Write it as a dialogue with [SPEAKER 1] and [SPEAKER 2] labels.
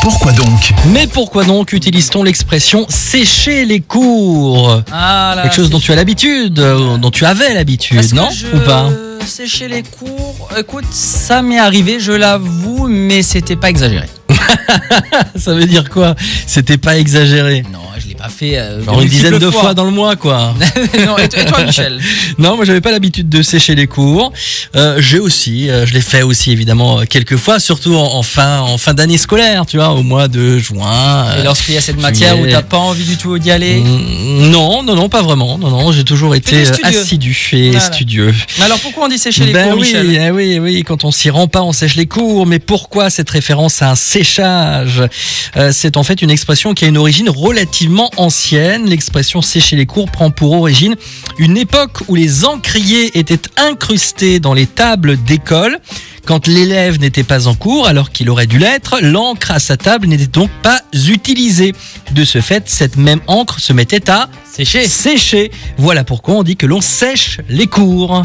[SPEAKER 1] Pourquoi donc
[SPEAKER 2] Mais pourquoi donc utilise-t-on l'expression sécher les cours
[SPEAKER 3] Ah là
[SPEAKER 2] Quelque
[SPEAKER 3] là,
[SPEAKER 2] chose
[SPEAKER 3] c'est
[SPEAKER 2] dont tu as l'habitude, euh, dont tu avais l'habitude,
[SPEAKER 3] Est-ce
[SPEAKER 2] non
[SPEAKER 3] que je-
[SPEAKER 2] Ou pas
[SPEAKER 3] Sécher les cours. Écoute, ça m'est arrivé, je l'avoue, mais c'était pas exagéré.
[SPEAKER 2] Ça veut dire quoi C'était pas exagéré.
[SPEAKER 3] Non, je l'ai pas fait. euh,
[SPEAKER 2] Genre une
[SPEAKER 3] multiples
[SPEAKER 2] dizaine de fois dans le mois, quoi.
[SPEAKER 3] non, et, et toi, Michel
[SPEAKER 2] Non, moi j'avais pas l'habitude de sécher les cours. Euh, J'ai aussi, euh, je l'ai fait aussi évidemment euh, quelques fois, surtout en, en fin, en fin d'année scolaire, tu vois, au mois de juin. euh,
[SPEAKER 3] Et lorsqu'il y a cette matière où
[SPEAKER 2] Juillet.
[SPEAKER 3] t'as pas envie du tout d'y aller.
[SPEAKER 2] mm, non, non, non, pas vraiment. Non, non, j'ai toujours été
[SPEAKER 3] des
[SPEAKER 2] euh,
[SPEAKER 3] studieux.
[SPEAKER 2] assidu et
[SPEAKER 3] Voilà.
[SPEAKER 2] studieux.
[SPEAKER 3] Mais alors pourquoi on dit sécher les
[SPEAKER 2] Ben
[SPEAKER 3] cours,
[SPEAKER 2] oui,
[SPEAKER 3] Michel
[SPEAKER 2] eh oui, oui, quand on s'y rend pas, on sèche les cours. Mais pourquoi cette référence à un séchage Euh, C'est en fait une expression qui a une origine relativement ancienne. L'expression sécher les cours prend pour origine une époque où les encriers étaient incrustés dans les tables d'école. Quand l'élève n'était pas en cours, alors qu'il aurait dû l'être, l'encre à sa table n'était donc pas utilisée. De ce fait, cette même encre se mettait à
[SPEAKER 3] Sécher
[SPEAKER 2] sécher. Voilà pourquoi on dit que l'on sèche les cours.